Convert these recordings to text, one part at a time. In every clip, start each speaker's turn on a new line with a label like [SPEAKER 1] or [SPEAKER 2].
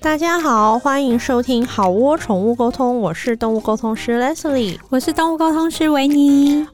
[SPEAKER 1] 大家好，欢迎收听好窝宠物沟通，我是动物沟通师 Leslie。
[SPEAKER 2] 我是动物沟通师维尼。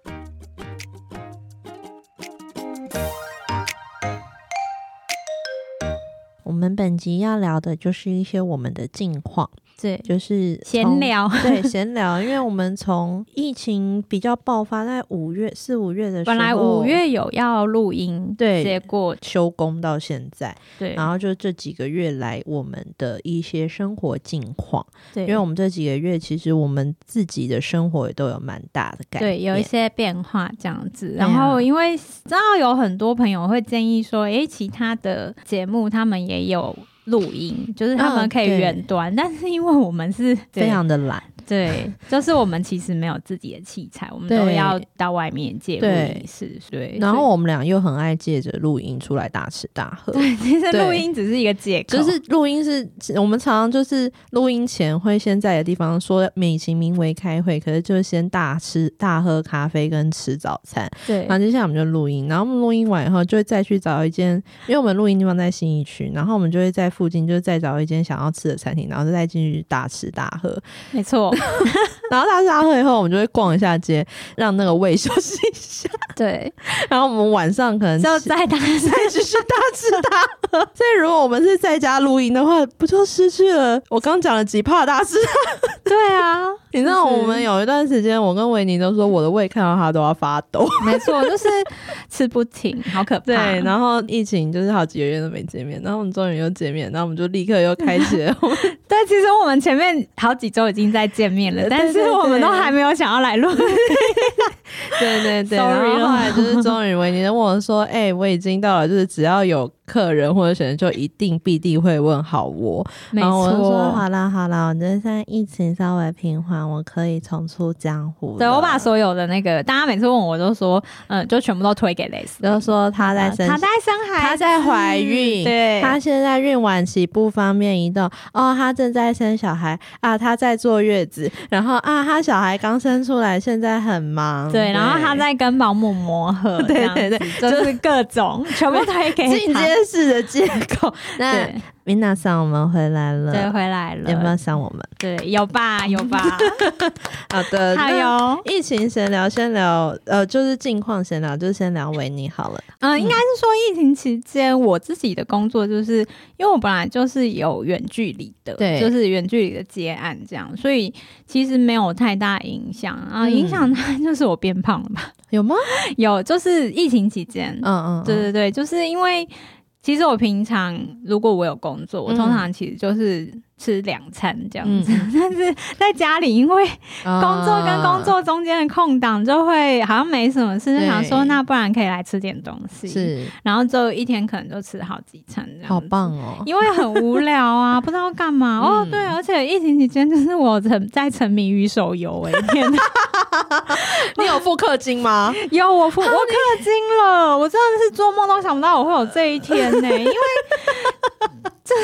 [SPEAKER 1] 我们本集要聊的就是一些我们的近况，
[SPEAKER 2] 对，
[SPEAKER 1] 就是从
[SPEAKER 2] 闲，聊。
[SPEAKER 1] 对闲聊，因为我们从疫情比较爆发在五月四五月的时候，
[SPEAKER 2] 本来五月有要录音，
[SPEAKER 1] 对
[SPEAKER 2] 结果
[SPEAKER 1] 休工到现在，
[SPEAKER 2] 对，
[SPEAKER 1] 然后就这几个月来我们的一些生活近况，
[SPEAKER 2] 对，
[SPEAKER 1] 因为我们这几个月其实我们自己的生活也都有蛮大的改变，
[SPEAKER 2] 对有一些变化这样子。
[SPEAKER 1] 啊
[SPEAKER 2] 然后因为知道有很多朋友会建议说，诶，其他的节目他们也有。录音就是他们
[SPEAKER 1] 嗯
[SPEAKER 2] 可以
[SPEAKER 1] 对
[SPEAKER 2] 远端， 但是因为我们是
[SPEAKER 1] 非常的懒。
[SPEAKER 2] 对，就是我们其实没有自己的器材，我们
[SPEAKER 1] 对
[SPEAKER 2] 都要到外面借录
[SPEAKER 1] 对
[SPEAKER 2] 音室。对，
[SPEAKER 1] 然
[SPEAKER 2] 所
[SPEAKER 1] 后我们俩又很爱借着录音出来大吃大喝。
[SPEAKER 2] 以 其实
[SPEAKER 1] 对
[SPEAKER 2] 录音只是一个借口，
[SPEAKER 1] 就是录音是，我们常常就是录音前会先在的地方说美其名为开会，可是就是先大吃大喝咖啡跟吃早餐，
[SPEAKER 2] 对
[SPEAKER 1] 然后接下来我们就录音，然后我们录音完以后就会再去找一间，因为我们录音地方在信义区，然后我们就会在附近就是再找一间想要吃的餐厅，然后再进去大吃大喝，
[SPEAKER 2] 没错，
[SPEAKER 1] 然后大吃大喝以后我们就会逛一下街，让那个胃休息一下，
[SPEAKER 2] 对，
[SPEAKER 1] 然后我们晚上可能
[SPEAKER 2] 就
[SPEAKER 1] 吃
[SPEAKER 2] 在大赛
[SPEAKER 1] 再只是大吃大 喝。所以如果我们是在家录音的话，不就失去了我刚讲的几怕大吃？
[SPEAKER 2] 对啊，
[SPEAKER 1] 你知道
[SPEAKER 2] 就是
[SPEAKER 1] 我们有一段时间，我跟维尼都说我的胃看到他都要发抖。
[SPEAKER 2] 没错，就是吃不停，好可 怕。
[SPEAKER 1] 对，然后疫情就是好几个月都没见面，然后我们终于又见面，然后我们就立刻又开始 了我们
[SPEAKER 2] 对，其实我们前面好几周已经在见面了，
[SPEAKER 1] 对
[SPEAKER 2] 但是
[SPEAKER 1] 对对
[SPEAKER 2] 我们都还没有想要来录。
[SPEAKER 1] 对对对，然
[SPEAKER 2] Sorry
[SPEAKER 1] 后
[SPEAKER 2] 哦
[SPEAKER 1] 后来就是终于维尼就问我说：“哎、我已经到了，就是只要有客人或者学生，就一定必定会问好我。”
[SPEAKER 2] 没
[SPEAKER 1] 然后我就说：“
[SPEAKER 2] 错，
[SPEAKER 1] 好啦好啦，我觉得现在疫情稍微平缓，我可以重出江湖了。”
[SPEAKER 2] 对我把所有的那个大家每次问我都说，嗯，就全部都推给蕾丝。
[SPEAKER 1] 就说她在生，
[SPEAKER 2] 她呃在生孩子，
[SPEAKER 1] 她在怀孕
[SPEAKER 2] 对，
[SPEAKER 1] 她现在孕晚期不方便移动哦，她正在生小孩啊，她在坐月子，然后啊，她小孩刚生出来，现在很忙，
[SPEAKER 2] 对，然后她。在跟保姆磨 合，
[SPEAKER 1] 对
[SPEAKER 2] 这样
[SPEAKER 1] 对
[SPEAKER 2] 子
[SPEAKER 1] 对
[SPEAKER 2] 就是各种全部推给
[SPEAKER 1] 进
[SPEAKER 2] 她。
[SPEAKER 1] 阶式的借口。那
[SPEAKER 2] 对
[SPEAKER 1] 米娜桑，我们回来了，
[SPEAKER 2] 对，回来了，
[SPEAKER 1] 有没有想我们？
[SPEAKER 2] 对，有吧，有 吧，
[SPEAKER 1] 好的，
[SPEAKER 2] 还
[SPEAKER 1] 那
[SPEAKER 2] 有，
[SPEAKER 1] 疫情闲聊，先聊呃，就是近况闲聊，就是先聊维尼好了。
[SPEAKER 2] 嗯，应该是说疫情期间我自己的工作，就是因为我本来就是有远距离的，
[SPEAKER 1] 对
[SPEAKER 2] 就是远距离的接案这样，所以其实没有太大影响啊。
[SPEAKER 1] 嗯
[SPEAKER 2] 影响它就是我变胖了吧？
[SPEAKER 1] 有吗？
[SPEAKER 2] 有，就是疫情期间，
[SPEAKER 1] 嗯嗯，
[SPEAKER 2] 对对对，就是因为其实我平常如果我有工作，
[SPEAKER 1] 嗯
[SPEAKER 2] 我通常其实就是吃两餐这样子，但是 在家里因为
[SPEAKER 1] 嗯
[SPEAKER 2] 工作跟工作中间的空档，就会好像没什么事，就想说
[SPEAKER 1] 对
[SPEAKER 2] 那不然可以来吃点东西，
[SPEAKER 1] 是
[SPEAKER 2] 然后就一天可能就吃好几餐这样，
[SPEAKER 1] 好棒！哦。
[SPEAKER 2] 因为很无聊 啊，不知道干嘛哦。
[SPEAKER 1] 嗯
[SPEAKER 2] 对，而且疫情期间就是我沉在沉迷于手游、欸， 哎，天哪，
[SPEAKER 1] 你有付氪金吗？
[SPEAKER 2] 有我我氪金了，我真的是做梦都想不到我会有这一天 呢、因为这，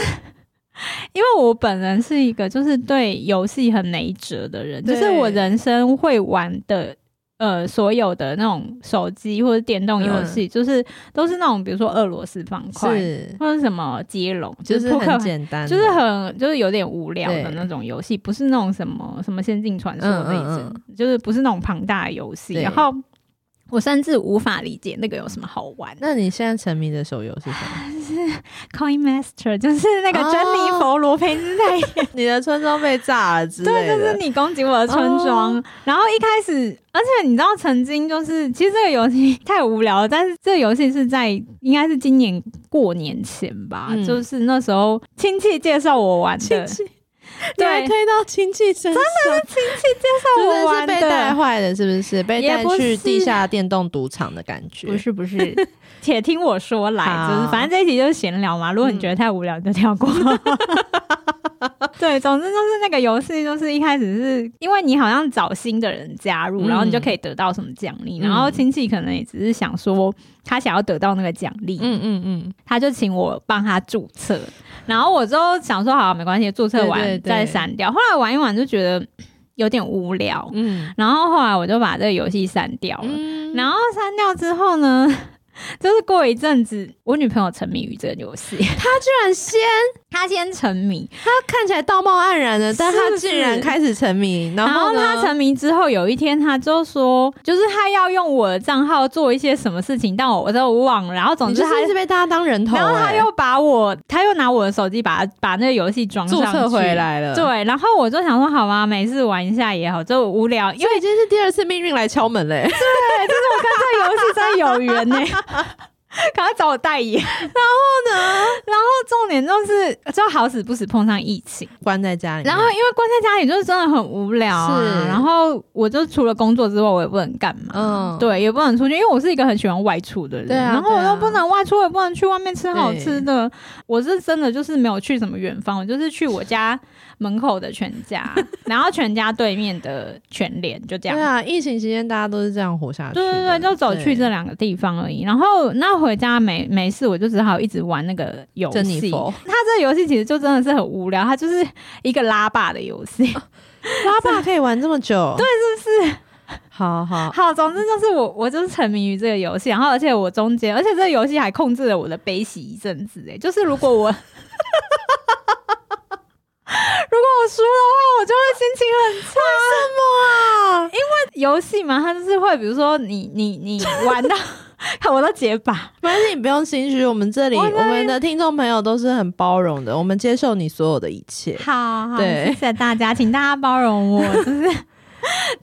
[SPEAKER 2] 因为我本人是一个就是对游戏很没辙的人，就
[SPEAKER 1] 对
[SPEAKER 2] 是我人生会玩的。呃，所有的那种手机或者电动游戏，就是都是那种，比如说俄罗斯方 块，
[SPEAKER 1] 嗯是，
[SPEAKER 2] 或者什么接龙，
[SPEAKER 1] 就
[SPEAKER 2] 扑
[SPEAKER 1] 是
[SPEAKER 2] 克
[SPEAKER 1] 很
[SPEAKER 2] 牌，
[SPEAKER 1] 简单的，
[SPEAKER 2] 就是很就是有点无聊的
[SPEAKER 1] 对
[SPEAKER 2] 那种游戏，不是那种什么什么仙境传说那一种，
[SPEAKER 1] 嗯嗯
[SPEAKER 2] 就是不是那种庞大的游戏。
[SPEAKER 1] 对
[SPEAKER 2] 然后我甚至无法理解那个有什么好玩。
[SPEAKER 1] 那你现在沉迷的手游是什么？
[SPEAKER 2] Coin Master 就是那个
[SPEAKER 1] 哦
[SPEAKER 2] 珍妮佛罗培兹在演，
[SPEAKER 1] 你的村庄被炸了之类
[SPEAKER 2] 对，就是
[SPEAKER 1] 的。哦
[SPEAKER 2] 你攻击我的村庄。然后一开始，而且你知道，曾经就是其实这个游戏太无聊了，但是这个游戏是在应该是今年过年前吧，
[SPEAKER 1] 嗯
[SPEAKER 2] 就是那时候亲戚介绍我玩
[SPEAKER 1] 亲
[SPEAKER 2] 的，
[SPEAKER 1] 戚，你
[SPEAKER 2] 对
[SPEAKER 1] 还推到亲戚身上，
[SPEAKER 2] 绍我
[SPEAKER 1] 真的是
[SPEAKER 2] 玩的
[SPEAKER 1] 被带坏的，是不是？被带
[SPEAKER 2] 也不
[SPEAKER 1] 去
[SPEAKER 2] 是
[SPEAKER 1] 地下电动赌场的感觉
[SPEAKER 2] 不？是不是， 且听我说来，
[SPEAKER 1] 好
[SPEAKER 2] 就是反正这一集就是闲聊嘛。如果你觉得太无聊，你就跳 过。对，总之就是那个游戏，就是一开始是因为你好像找新的人加入，
[SPEAKER 1] 嗯
[SPEAKER 2] 然后你就可以得到什么奖励，
[SPEAKER 1] 嗯
[SPEAKER 2] 然后亲戚可能也只是想说他想要得到那个奖励，
[SPEAKER 1] 嗯嗯嗯，
[SPEAKER 2] 他就请我帮他注册，然后我就想说好，没关系，注册
[SPEAKER 1] 对对
[SPEAKER 2] 完
[SPEAKER 1] 对
[SPEAKER 2] 再删掉。后来玩一玩就觉得有点无聊，
[SPEAKER 1] 嗯
[SPEAKER 2] 然后后来我就把这个游戏删掉了。
[SPEAKER 1] 嗯，
[SPEAKER 2] 然后删掉之后 呢，就是过一阵子，我女朋友沉迷于这个游戏，
[SPEAKER 1] 他居然先
[SPEAKER 2] 他先沉迷，
[SPEAKER 1] 他看起来道貌岸然的，但
[SPEAKER 2] 是
[SPEAKER 1] 他
[SPEAKER 2] 不是
[SPEAKER 1] 竟然开始沉迷，然
[SPEAKER 2] 然后
[SPEAKER 1] 后呢
[SPEAKER 2] 他沉迷之后，有一天他就说，就是他要用我的账号做一些什么事情，但我我都忘了。然后总
[SPEAKER 1] 你
[SPEAKER 2] 之
[SPEAKER 1] 就
[SPEAKER 2] 他
[SPEAKER 1] 是一直被大家当人头、欸，
[SPEAKER 2] 然后他又把我，他又拿我的手机把把那个游戏装上
[SPEAKER 1] 注册
[SPEAKER 2] 去
[SPEAKER 1] 回。来了，，
[SPEAKER 2] 对，然后我就想说，好吧，没事玩一下也好，就无聊，因
[SPEAKER 1] 因
[SPEAKER 2] 为
[SPEAKER 1] 为已经是第二次命运来敲门嘞、
[SPEAKER 2] 这游戏真的有缘呢、 赶快找我代言。然后呢？然后重点就是，就好死不死碰上疫情，
[SPEAKER 1] 关在家里面，
[SPEAKER 2] 然后因为关在家里就是真的很无聊、啊，
[SPEAKER 1] 是
[SPEAKER 2] 然后我就除了工作之外，我也不能干嘛，
[SPEAKER 1] 嗯
[SPEAKER 2] 对，也不能出去，因为我是一个很喜欢外出的人，
[SPEAKER 1] 对啊
[SPEAKER 2] 然后我
[SPEAKER 1] 对啊
[SPEAKER 2] 又不能外出，我也不能去外面吃好吃的，我是真的就是没有去什么远方，我就是去我家门口的全 家，然后全家对面的全联，就这样
[SPEAKER 1] 对。啊，疫情期间大家都是这样活下去的，
[SPEAKER 2] 对对对，就走去这两个地方而已。然后那回家没没事，我就只好一直玩那个游
[SPEAKER 1] 珍妮。
[SPEAKER 2] 戏
[SPEAKER 1] 佛
[SPEAKER 2] 它这个游戏其实就真的是很无聊，它就是一个拉霸的游 戏。
[SPEAKER 1] 拉爸可以玩这么 久，对，是不是？好好，
[SPEAKER 2] 好，总之就是我，我就是沉迷于这个游戏，然后而且我中间，而且这个游戏还控制了我的悲喜一阵子，哎，就是如 果我。如果我输的话，我就会心情很差。为什么啊？因为游戏嘛，它就是会，比如说你你你玩到， 我都解把，
[SPEAKER 1] 反正你不用心虚，我们这里
[SPEAKER 2] 我
[SPEAKER 1] 我
[SPEAKER 2] 们这里
[SPEAKER 1] 们的听众朋友都是很包容的，我们接受你所有的一切。
[SPEAKER 2] 好，好
[SPEAKER 1] 对
[SPEAKER 2] 谢谢大家，请大家包 容我，就是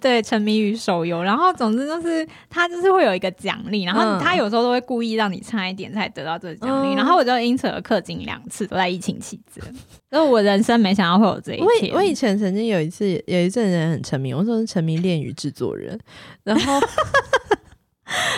[SPEAKER 2] 对沉迷于手游。然后总之就是，它就是会有一个奖励，然后
[SPEAKER 1] 嗯
[SPEAKER 2] 它有时候都会故意让你差一点才得到这个奖励。
[SPEAKER 1] 嗯
[SPEAKER 2] 然后我就因此而氪金两次，都在疫情期间。因为我人生没想到会有这一
[SPEAKER 1] 我以
[SPEAKER 2] 天，
[SPEAKER 1] 我以前曾经有一次有一阵人很沉迷，我说是沉迷恋与制作人， 然后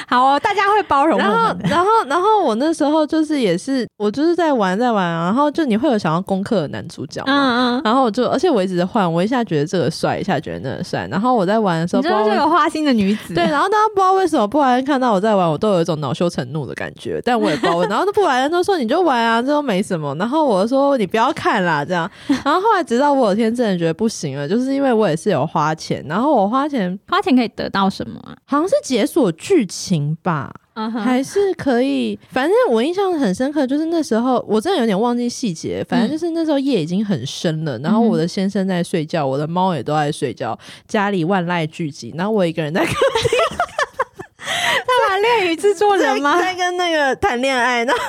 [SPEAKER 2] 好哦，大家会包容
[SPEAKER 1] 然
[SPEAKER 2] 我
[SPEAKER 1] 后
[SPEAKER 2] 们，的。
[SPEAKER 1] 然后，然后我那时候就是也是，我就是在玩，在玩，啊然后就你会有想要攻克的男主角嘛。
[SPEAKER 2] 嗯嗯，
[SPEAKER 1] 然后我就，而且我一直在换，我一下觉得这个帅，一下觉得那个帅。然后我在玩的时
[SPEAKER 2] 你
[SPEAKER 1] 候，
[SPEAKER 2] 就
[SPEAKER 1] 不知道
[SPEAKER 2] 是
[SPEAKER 1] 为
[SPEAKER 2] 这个花心的女子，
[SPEAKER 1] 对，然后大家不知道为什么，不然看到我在玩，我都有一种恼羞成怒的感觉。但我也不知道为，然后都不玩了，都说你就玩啊，这都没什么。然后我就说你不要看啦，这样。然后后来直到我有天真的觉得不行了，就是因为我也是有花钱，然后我花钱
[SPEAKER 2] 花钱可以得到什么啊？
[SPEAKER 1] 好像是解锁剧情吧，
[SPEAKER 2] 嗯哼，
[SPEAKER 1] 还是可以，反正我印象很深刻，就是那时候我真的有点忘记细节，反正就是那时候夜已经很深了，然后我的先生在睡觉，我的猫也都在睡觉，家里万籁俱寂，然后我一个人在看
[SPEAKER 2] 他玩恋与制作人 吗？
[SPEAKER 1] 在跟那个谈恋爱， 然后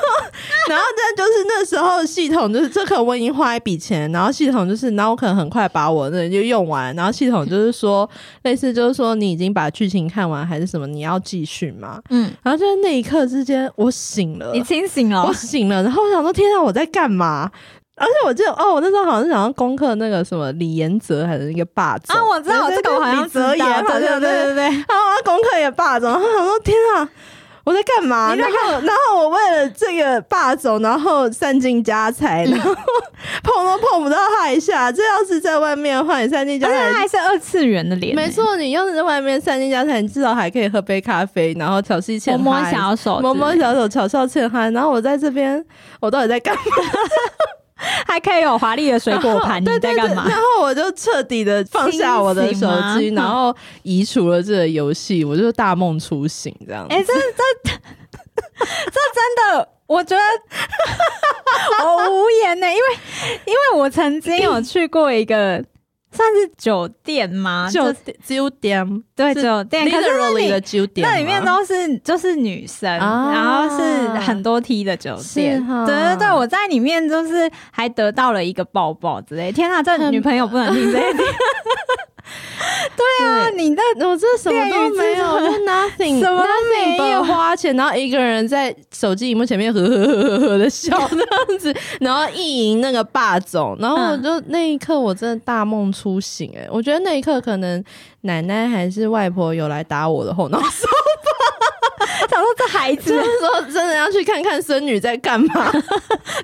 [SPEAKER 1] 然后这就是那时候系统就是这可我已经花一笔钱，然后系统就是，然后我可能很快把我那就用完，然后系统就是说类似就是说你已经把剧情看完还是什么，你要继续吗？
[SPEAKER 2] 嗯，
[SPEAKER 1] 然后就在那一刻之间，我醒了，
[SPEAKER 2] 你清醒了
[SPEAKER 1] 我，醒了，然后我想说，天啊，我在干嘛？而且我记得，哦，我那时候好像是想要攻克那个什么李延泽还是一个霸总
[SPEAKER 2] 啊，我知道
[SPEAKER 1] 对
[SPEAKER 2] 这
[SPEAKER 1] 对
[SPEAKER 2] 个，我好像
[SPEAKER 1] 李
[SPEAKER 2] 知
[SPEAKER 1] 泽
[SPEAKER 2] 道，
[SPEAKER 1] 言嘛，
[SPEAKER 2] 对
[SPEAKER 1] 对对
[SPEAKER 2] 对对对对。
[SPEAKER 1] 然后他攻克也霸总，然后我想说，天啊。我在干嘛？
[SPEAKER 2] 你在
[SPEAKER 1] 然后，然后我为了这个霸总，然后散尽家 财，然后碰都碰不到他一下。这要是在外面的话，你散尽家
[SPEAKER 2] 而且它
[SPEAKER 1] 财，
[SPEAKER 2] 还是二次元的脸、欸
[SPEAKER 1] 没，错，你要是在外面散尽家财，你至少还可以喝杯咖啡，然后调戏
[SPEAKER 2] 摸
[SPEAKER 1] 前
[SPEAKER 2] 摸
[SPEAKER 1] 嗨
[SPEAKER 2] 小手，
[SPEAKER 1] 摸 摸，小手，嘲笑欠憨。然后我在这边，我到底在干嘛？
[SPEAKER 2] 还可以有华丽的水果盘，
[SPEAKER 1] 然后
[SPEAKER 2] 你在干嘛
[SPEAKER 1] 哦对对 对？然后我就彻底的放下我的
[SPEAKER 2] 清
[SPEAKER 1] 手
[SPEAKER 2] 醒吗
[SPEAKER 1] 机，
[SPEAKER 2] 嗯
[SPEAKER 1] 然后移除了这个游戏，我就大梦初醒这样。
[SPEAKER 2] 哎、这这这真的，我觉得我无言呢、因为因为我曾经有去过一个算是酒 店吗？
[SPEAKER 1] 就是九点
[SPEAKER 2] 啊对
[SPEAKER 1] 是
[SPEAKER 2] 酒店，可是那
[SPEAKER 1] literally 的
[SPEAKER 2] 里
[SPEAKER 1] 九点吗，
[SPEAKER 2] 那里面都是就是女生，
[SPEAKER 1] 啊
[SPEAKER 2] 然后是很多 T 的酒店
[SPEAKER 1] 是。哈
[SPEAKER 2] 对对对，我在里面就是还得到了一个抱抱之类。天啊，这
[SPEAKER 1] 很
[SPEAKER 2] 女朋友不能听这 一点。对啊，你的
[SPEAKER 1] 我这什么都没有，
[SPEAKER 2] 恋与
[SPEAKER 1] 就 nothing，
[SPEAKER 2] 什么都没
[SPEAKER 1] nothing，
[SPEAKER 2] 有
[SPEAKER 1] 不花钱，然后一个人在手机荧幕前面呵呵呵呵呵的笑这 样子，然后意淫那个霸总，然后我
[SPEAKER 2] 嗯
[SPEAKER 1] 就那一刻我真的大梦初醒、欸，哎，我觉得那一刻可能奶奶还是外婆有来打我的后脑 勺，
[SPEAKER 2] 想说这孩子
[SPEAKER 1] 就是说真的要去看看孙女在干 嘛，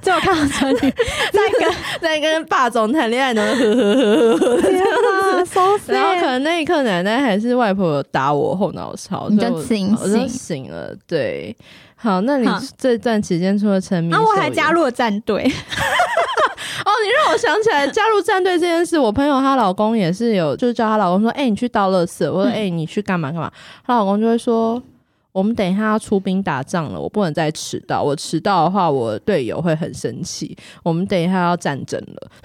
[SPEAKER 2] 就看到孙女在跟
[SPEAKER 1] 在跟霸总谈恋爱呢，然后呵呵呵呵呵。
[SPEAKER 2] 天啊，收 拾
[SPEAKER 1] 然后可能那一刻，奶奶还是外婆有打我后脑勺，
[SPEAKER 2] 你
[SPEAKER 1] 所以
[SPEAKER 2] 就
[SPEAKER 1] 我
[SPEAKER 2] 清
[SPEAKER 1] 我就
[SPEAKER 2] 醒
[SPEAKER 1] 醒了。对，好，那你
[SPEAKER 2] 好
[SPEAKER 1] 这段期间除了沉迷，
[SPEAKER 2] 然啊后我还加
[SPEAKER 1] 入
[SPEAKER 2] 入了战 队，
[SPEAKER 1] 哦，你让我想起来加入战队这件事。我朋友她老公也
[SPEAKER 2] 嗯
[SPEAKER 1] 是有，就叫她老公说：“哎、你去倒垃圾。”我说：“哎、你去干嘛干嘛？”她老公就会说。我们等一下要出兵打仗了，我不能再迟到，我迟到的话，我队友会很生气。我们等一下要战争 了，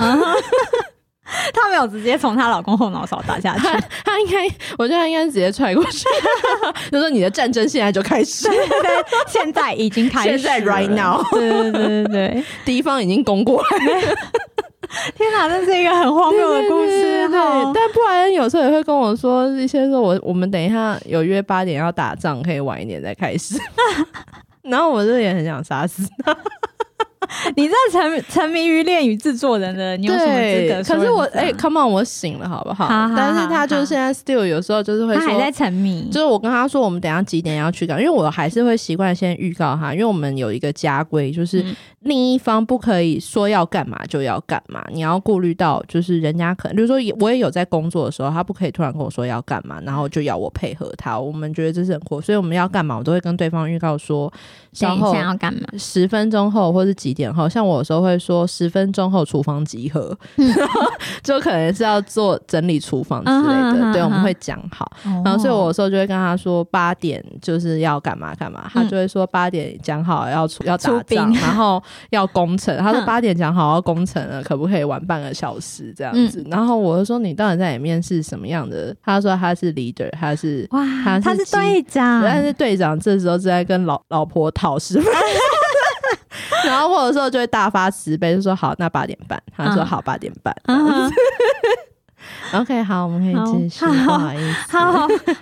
[SPEAKER 2] 她没有直接从她老公后脑勺 打下去，
[SPEAKER 1] 他他应该，我觉得他应该直接踹过去， 就说你的战争现在就开始，
[SPEAKER 2] 现在已经开始了，
[SPEAKER 1] 现在 right now
[SPEAKER 2] 对对对对对，
[SPEAKER 1] 敌方已经攻过来。
[SPEAKER 2] 天哪，这是一个很荒谬的故
[SPEAKER 1] 对，
[SPEAKER 2] 事哈。
[SPEAKER 1] 但布莱恩有时候也会跟我说一些说我我们等一下有约八点要打仗，可以晚一点再开始。 然后我就也很想杀死
[SPEAKER 2] 你这沉沉迷于恋与制作人的， 你有什么资格说人家？
[SPEAKER 1] 可是我哎、c o m on，我醒了好不好？
[SPEAKER 2] 好好
[SPEAKER 1] 但是
[SPEAKER 2] 好
[SPEAKER 1] 他就
[SPEAKER 2] 好
[SPEAKER 1] 现在 still 有时候就是会
[SPEAKER 2] 他还
[SPEAKER 1] 说
[SPEAKER 2] 在沉迷，
[SPEAKER 1] 就是我跟他说，我们等一下几点要去干，因为我还是会习惯先预告他，因为我们有一个家规，就是
[SPEAKER 2] 嗯
[SPEAKER 1] 另一方不可以说要干嘛就要干嘛，你要顾虑到就是人家可能，比如说也我也有在工作的时候，他不可以突然跟我说要干嘛，然后就要我配合他，我们觉得这是很过，所以我们要干嘛，我都会跟对方预告说，稍
[SPEAKER 2] 想
[SPEAKER 1] 后
[SPEAKER 2] 想要干嘛？
[SPEAKER 1] 十分钟后或是几点后，像我有时候会说十分钟后厨房集合，
[SPEAKER 2] 嗯
[SPEAKER 1] 就可能是要做整理厨房之
[SPEAKER 2] 嗯
[SPEAKER 1] 类
[SPEAKER 2] 哼嗯
[SPEAKER 1] 的，
[SPEAKER 2] 哼
[SPEAKER 1] 对，我们
[SPEAKER 2] 嗯哼
[SPEAKER 1] 会讲好。
[SPEAKER 2] 然
[SPEAKER 1] 然后，所以我有时候就会跟他说八点就是要干嘛干嘛，他
[SPEAKER 2] 嗯
[SPEAKER 1] 就会说八点讲好要出要打
[SPEAKER 2] 出兵
[SPEAKER 1] 仗，然后要攻城。他说
[SPEAKER 2] 嗯
[SPEAKER 1] 八点讲好要攻城了，可不可以晚半个小时这样
[SPEAKER 2] 嗯
[SPEAKER 1] 子？然后我就说你到底在里面是什么样的？他说他是 leader，他是。
[SPEAKER 2] 哇，
[SPEAKER 1] 他是
[SPEAKER 2] 他是
[SPEAKER 1] 鸡
[SPEAKER 2] 队长，
[SPEAKER 1] 但是队长这时候正在跟老老婆讨十分， 然后我有时候就会大发慈悲，就说好，那八点半。他说
[SPEAKER 2] 嗯
[SPEAKER 1] 好，八点半。
[SPEAKER 2] 啊，
[SPEAKER 1] OK，好，我们可以继续，
[SPEAKER 2] 好
[SPEAKER 1] 不好意思。
[SPEAKER 2] 好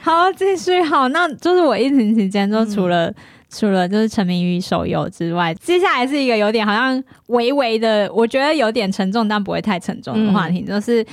[SPEAKER 2] 好继续好，那就是我疫情期间就除了、除了就是沉迷于手游之外，接下来是一个有点好像微微的，我觉得有点沉重，但不会太沉重的话题，就是。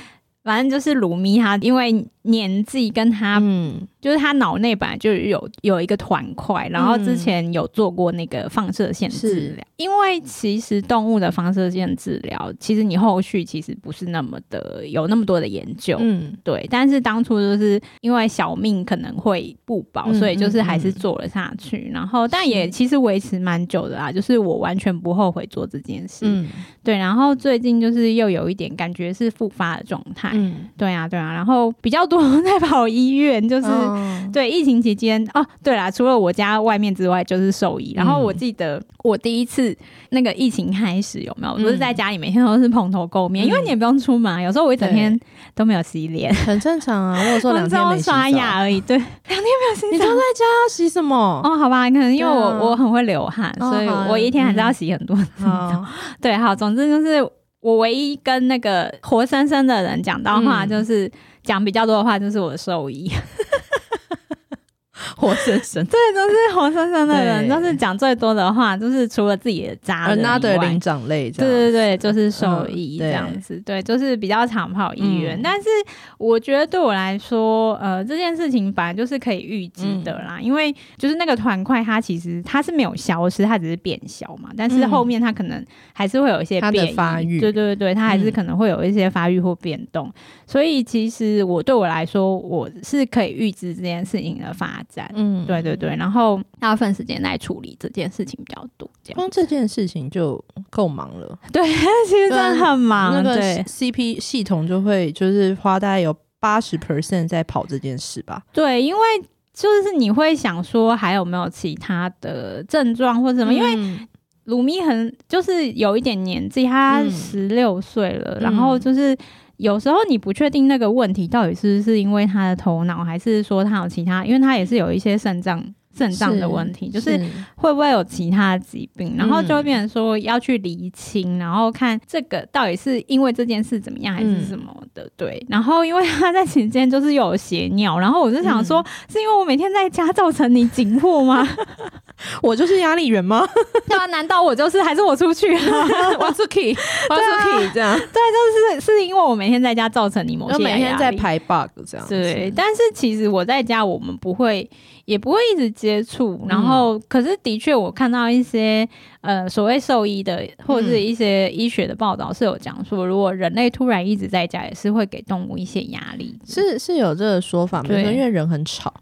[SPEAKER 2] 反正就是鲁咪他，因为年纪跟他、
[SPEAKER 1] 嗯，
[SPEAKER 2] 就是他脑内本来就有有一个团块，然后之前有做过那个放射线治疗，因为其实动物的放射线治疗，其实你后续其实不是那么的有那么多的研究，
[SPEAKER 1] 嗯，
[SPEAKER 2] 对，但是当初就是因为小命可能会不保，
[SPEAKER 1] 嗯
[SPEAKER 2] 所以就是
[SPEAKER 1] 嗯
[SPEAKER 2] 还是
[SPEAKER 1] 嗯
[SPEAKER 2] 做了下去。然后，但也其实维持蛮久的啦，啊就是我完全不后悔做这件事。
[SPEAKER 1] 嗯
[SPEAKER 2] 对，然后最近就是又有一点感觉是复发的状态。
[SPEAKER 1] 嗯，
[SPEAKER 2] 对啊，对啊，然后比较多 在跑医院，就是、
[SPEAKER 1] 嗯
[SPEAKER 2] 对疫情期间哦，对啦，除了我家外面之外就是兽医。然
[SPEAKER 1] 嗯
[SPEAKER 2] 后我记得我第一次那个疫情开始有没有，我就是
[SPEAKER 1] 嗯
[SPEAKER 2] 在家里每天都是蓬头垢面，因为你也不用出门啊，有时候我一整
[SPEAKER 1] 对
[SPEAKER 2] 天都没有洗脸。
[SPEAKER 1] 很正常啊。我有时候
[SPEAKER 2] 我
[SPEAKER 1] 两
[SPEAKER 2] 们只
[SPEAKER 1] 天
[SPEAKER 2] 有
[SPEAKER 1] 没洗澡
[SPEAKER 2] 刷牙，而已，对，两天没有洗
[SPEAKER 1] 你
[SPEAKER 2] 澡
[SPEAKER 1] 都。在家要洗什么？
[SPEAKER 2] 哦，好吧，可能因为
[SPEAKER 1] 对
[SPEAKER 2] 我、
[SPEAKER 1] 啊
[SPEAKER 2] 我很会流汗，
[SPEAKER 1] 哦
[SPEAKER 2] 所以
[SPEAKER 1] 好啊
[SPEAKER 2] 我一天还是要洗很多。
[SPEAKER 1] 好，
[SPEAKER 2] 对，好，总之就是我唯一跟那个活生生的人讲到话，
[SPEAKER 1] 嗯
[SPEAKER 2] 就是讲比较多的话，就是我的兽医。
[SPEAKER 1] 活生生
[SPEAKER 2] 对，都是活生生的人，
[SPEAKER 1] 对
[SPEAKER 2] 就是讲最多的话，就是除了自己的家人以外
[SPEAKER 1] ，another 灵长类这
[SPEAKER 2] 对
[SPEAKER 1] 样。
[SPEAKER 2] 对对，就是兽医
[SPEAKER 1] 嗯
[SPEAKER 2] 这
[SPEAKER 1] 对
[SPEAKER 2] 样子，对，就是比较常跑医院。
[SPEAKER 1] 嗯
[SPEAKER 2] 但是我觉得对我来说，呃，这件事情本来就是可以预知的
[SPEAKER 1] 嗯
[SPEAKER 2] 啦，因为就是那个团块，它其实它是没有消失，它只是变小嘛。但是
[SPEAKER 1] 嗯
[SPEAKER 2] 后面它可能还是会有一些
[SPEAKER 1] 它的
[SPEAKER 2] 变异
[SPEAKER 1] 发育嗯
[SPEAKER 2] 对对对，它还是可能会有一些发育或变动。所以其实我对我来说，我是可以预知这件事情的发展。
[SPEAKER 1] 嗯
[SPEAKER 2] 对对。对，然后大部分时间来处理这件事情比较多，这样
[SPEAKER 1] 光这件事情就够忙了，
[SPEAKER 2] 对，其实真的很忙，
[SPEAKER 1] 啊那个
[SPEAKER 2] 啊对
[SPEAKER 1] CP 系统就会就是花大概有八十 percent 在跑这件事吧。
[SPEAKER 2] 对，因为就是你会想说还有没有其他的症状或
[SPEAKER 1] 嗯
[SPEAKER 2] 嗯什么，因为
[SPEAKER 1] 为
[SPEAKER 2] 鲁咪很就是有一点年纪，他
[SPEAKER 1] 嗯
[SPEAKER 2] 十六岁了，
[SPEAKER 1] 嗯
[SPEAKER 2] 然后就是。有时候你不确定那个问题到底是不是因为他的头脑，还是说他有其他，因为他也是有一些肾脏肾脏的问题，就是会不会有其他疾病，然后就会变成说要去厘清，然后看这个到底是因为这件事怎么样，还是什么的。对，然后因为他在期间就是又有血尿，然后我就想说，是因为我每天在家造成你紧迫吗？
[SPEAKER 1] 我就是压力源吗？
[SPEAKER 2] 对啊，难道我就是还是我出 去？啊
[SPEAKER 1] 我是 key，我 是 key 这样，
[SPEAKER 2] 啊是是因为我每天在家造成你某
[SPEAKER 1] 就
[SPEAKER 2] 些
[SPEAKER 1] 每天
[SPEAKER 2] 压
[SPEAKER 1] 在
[SPEAKER 2] 力
[SPEAKER 1] 排 bug 这样子。
[SPEAKER 2] 对，但是其实我在家，我们不会，也不会一直接触。然
[SPEAKER 1] 嗯
[SPEAKER 2] 后，可是的确，我看到一些呃所谓兽医的或者是
[SPEAKER 1] 嗯
[SPEAKER 2] 一些医学的报道是有讲说，如果人类突然一直在家，也是会给动物一些压力。
[SPEAKER 1] 是是有这个说法，没错，
[SPEAKER 2] 对
[SPEAKER 1] 因为人很吵。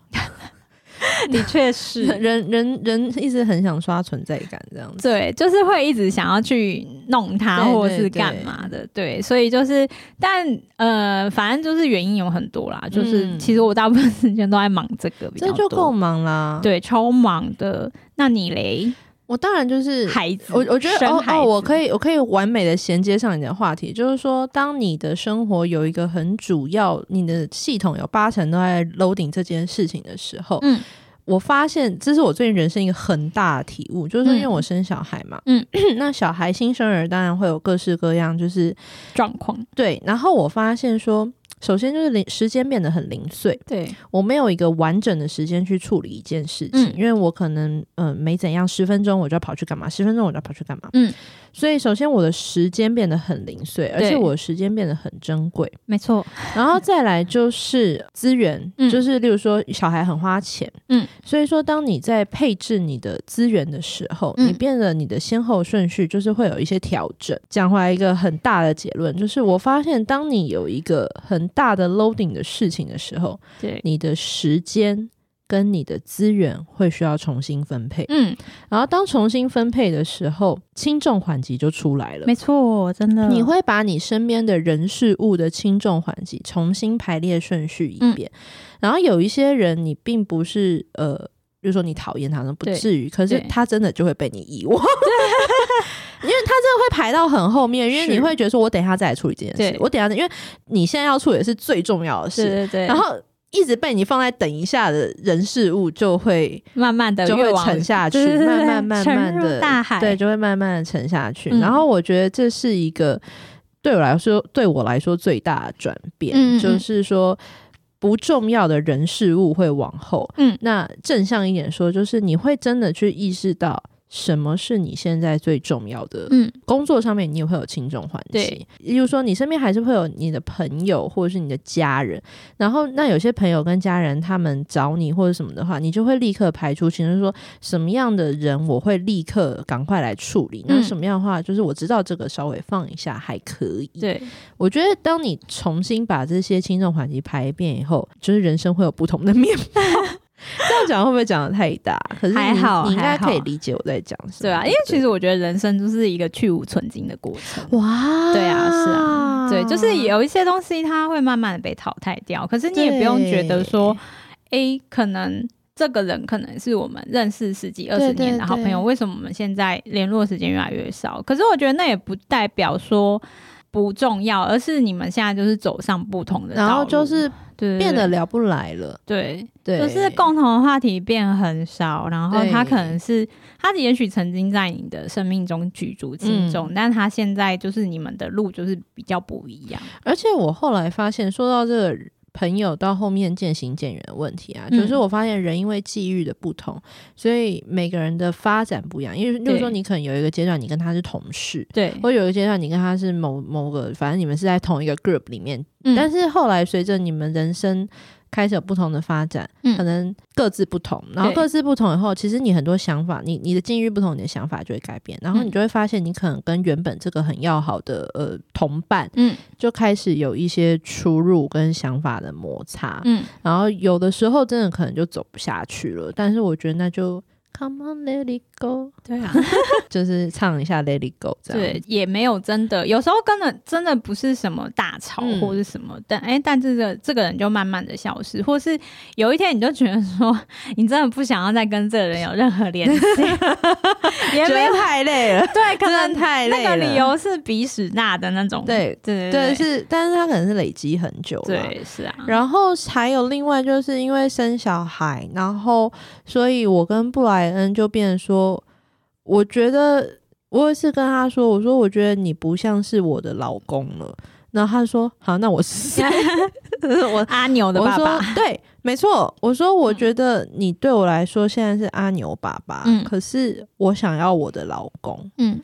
[SPEAKER 2] 的确是，
[SPEAKER 1] 人人人一直很想刷存在感，这样子。
[SPEAKER 2] 对，就是会一直想要去弄它，
[SPEAKER 1] 对对
[SPEAKER 2] 或者是干嘛的。对，所以就是，但呃，反正就是原因有很多啦。就是、
[SPEAKER 1] 嗯
[SPEAKER 2] 其实我大部分时间都在忙这个比较
[SPEAKER 1] 这
[SPEAKER 2] 多，
[SPEAKER 1] 就够忙啦。，
[SPEAKER 2] 对，超忙的。那你嘞？
[SPEAKER 1] 我当然就是
[SPEAKER 2] 孩子，
[SPEAKER 1] 我我觉得
[SPEAKER 2] 生
[SPEAKER 1] 哦
[SPEAKER 2] 孩
[SPEAKER 1] 哦，
[SPEAKER 2] 子
[SPEAKER 1] 我可以我可以完美的衔接上你的话题，就是说，当你的生活有一个很主要，你的系统有八成都在 loading 这件事情的时候，
[SPEAKER 2] 嗯，
[SPEAKER 1] 我发现这是我最近人生一个很大的体悟，就是因为
[SPEAKER 2] 嗯
[SPEAKER 1] 我生小孩嘛，
[SPEAKER 2] 嗯，
[SPEAKER 1] 那小孩新生儿当然会有各式各样，就是
[SPEAKER 2] 状况，
[SPEAKER 1] 对，然后我发现说。首先就是零时间变得很零碎，
[SPEAKER 2] 对，
[SPEAKER 1] 我没有一个完整的时间去处理一件事情，
[SPEAKER 2] 嗯
[SPEAKER 1] 因为我可能嗯、呃没怎样，十分钟我就要跑去干嘛，十分钟我就要跑去干嘛，
[SPEAKER 2] 嗯，
[SPEAKER 1] 所以首先我的时间变得很零碎，而且
[SPEAKER 2] 对
[SPEAKER 1] 我的时间变得很珍贵，
[SPEAKER 2] 没错，
[SPEAKER 1] 然后再来就是资源，
[SPEAKER 2] 嗯
[SPEAKER 1] 就是例如说小孩很花钱，
[SPEAKER 2] 嗯，
[SPEAKER 1] 所以说当你在配置你的资源的时候，
[SPEAKER 2] 嗯
[SPEAKER 1] 你变得你的先后顺序就是会有一些调整。讲回来一个很大的结论，就是我发现当你有一个很大的 loading 的事情的时候，
[SPEAKER 2] 对，
[SPEAKER 1] 你的时间。跟你的资源会需要重新分配，
[SPEAKER 2] 嗯，
[SPEAKER 1] 然后当重新分配的时候，轻重缓急就出来了。
[SPEAKER 2] 没错，真的，
[SPEAKER 1] 你会把你身边的人事物的轻重缓急重新排列顺序一
[SPEAKER 2] 嗯
[SPEAKER 1] 遍，然后有一些人你并不是呃，比如说你讨厌他，那不
[SPEAKER 2] 对
[SPEAKER 1] 至于，可是
[SPEAKER 2] 对
[SPEAKER 1] 他真的就会被你遗忘， 因为他真的会排到很后面，因为
[SPEAKER 2] 是
[SPEAKER 1] 你会觉得说我等一下再来处理这件事
[SPEAKER 2] 对，
[SPEAKER 1] 我等一下，因为你现在要处理的是最重要的
[SPEAKER 2] 对
[SPEAKER 1] 事，
[SPEAKER 2] 对对，
[SPEAKER 1] 然后。一直被你放在等一下的人事物，就会
[SPEAKER 2] 慢慢的
[SPEAKER 1] 就
[SPEAKER 2] 呃越
[SPEAKER 1] 会
[SPEAKER 2] 往
[SPEAKER 1] 沉下去，
[SPEAKER 2] 对对对
[SPEAKER 1] 慢慢慢慢
[SPEAKER 2] 沉入
[SPEAKER 1] 的
[SPEAKER 2] 大海，
[SPEAKER 1] 对，就会慢慢的沉下去。
[SPEAKER 2] 嗯
[SPEAKER 1] 然后我觉得这是一个对我来说，对我来说最大的转变，
[SPEAKER 2] 嗯嗯嗯
[SPEAKER 1] 就是说不重要的人事物会往后。
[SPEAKER 2] 嗯
[SPEAKER 1] 那正向一点说，就是你会真的去意识到。什么是你现在最重要的？
[SPEAKER 2] 嗯，
[SPEAKER 1] 工作上面你也会有轻重缓急
[SPEAKER 2] 对，
[SPEAKER 1] 例如说你身边还是会有你的朋友或者是你的家人，然后那有些朋友跟家人他们找你或者什么的话，你就会立刻排除，其实说什么样的人我会立刻赶快来处理，那
[SPEAKER 2] 嗯
[SPEAKER 1] 什么样的话就是我知道这个稍微放一下还可以。，
[SPEAKER 2] 对，
[SPEAKER 1] 我觉得当你重新把这些轻重缓急排一遍以后，就是人生会有不同的面貌。 这样讲会不会讲的太大？可是你
[SPEAKER 2] 还好
[SPEAKER 1] 你应该
[SPEAKER 2] 还好
[SPEAKER 1] 可以理解我在讲什么。
[SPEAKER 2] 对啊，因为其实我觉得人生就是一个去无存精的过程。
[SPEAKER 1] 哇，
[SPEAKER 2] 对啊，是啊，对，
[SPEAKER 1] 嗯
[SPEAKER 2] 就是有一些东西它会慢慢的被淘汰掉，可是你也不用觉得说，诶，可能这个人可能是我们认识十几二十
[SPEAKER 1] 对
[SPEAKER 2] 年的好朋友，
[SPEAKER 1] 对
[SPEAKER 2] 为什么我们现在联络时间越来越少？可是我觉得那也不代表说不重要，而是你们现在就是走上不同的道路，
[SPEAKER 1] 然后就是
[SPEAKER 2] 对对对
[SPEAKER 1] 变得聊不来了，
[SPEAKER 2] 对，
[SPEAKER 1] 对，
[SPEAKER 2] 就是共同的话题变很少，然后
[SPEAKER 1] 对
[SPEAKER 2] 他可能是他也许曾经在你的生命中举足轻重，
[SPEAKER 1] 嗯
[SPEAKER 2] 但他现在就是你们的路就是比较不一样。
[SPEAKER 1] 而且我后来发现，说到这个朋友到后面渐行渐远的问题啊，
[SPEAKER 2] 嗯
[SPEAKER 1] 就是我发现人因为际遇的不同，所以每个人的发展不一样。因为就是说，你可能有一个阶段你跟他是同事，
[SPEAKER 2] 对，
[SPEAKER 1] 或有一个阶段你跟他是某某个，反正你们是在同一个 group 里面，
[SPEAKER 2] 嗯
[SPEAKER 1] 但是后来随着你们人生。开始有不同的发展，
[SPEAKER 2] 嗯
[SPEAKER 1] 可能各自不同，然后
[SPEAKER 2] 对
[SPEAKER 1] 各自不同以后，其实你很多想法，你你的境遇不同，你的想法就会改变，然后你
[SPEAKER 2] 嗯
[SPEAKER 1] 就会发现，你可能跟原本这个很要好的呃同伴，
[SPEAKER 2] 嗯
[SPEAKER 1] 就开始有一些出入跟想法的摩擦，
[SPEAKER 2] 嗯，
[SPEAKER 1] 然后有的时候真的可能就走不下去了。但是我觉得那就 Come on, let it go，
[SPEAKER 2] 对 啊，
[SPEAKER 1] 就是唱一下 Let it go 这样。
[SPEAKER 2] 对，，也没有真的，有时候根本真的不是什么大吵
[SPEAKER 1] 嗯
[SPEAKER 2] 或是什么，但哎、但这个这个人就慢慢的消失，或是有一天你就觉得说， 你真的不想要再跟这个人有任何 联系，也没有
[SPEAKER 1] 太累了，
[SPEAKER 2] 对，可
[SPEAKER 1] 真
[SPEAKER 2] 能
[SPEAKER 1] 的太累
[SPEAKER 2] 那
[SPEAKER 1] 了。
[SPEAKER 2] 个理由是鼻屎大的那种，
[SPEAKER 1] 对
[SPEAKER 2] 对
[SPEAKER 1] 对是，但是他可能是累积很久了。
[SPEAKER 2] 对，是啊，
[SPEAKER 1] 然后还有另外就是因为生小孩，然后所以我跟布莱恩就变成说，我觉得我也是跟他说，我说我觉得你不像是我的老公了。然后他说：“好，那我是谁？ 我
[SPEAKER 2] 阿牛的爸
[SPEAKER 1] 我
[SPEAKER 2] 爸，
[SPEAKER 1] 说对，没错。我说我
[SPEAKER 2] 嗯
[SPEAKER 1] 觉得你对我来说现在是阿牛爸爸，
[SPEAKER 2] 嗯
[SPEAKER 1] 可是我想要我的老公。
[SPEAKER 2] 嗯，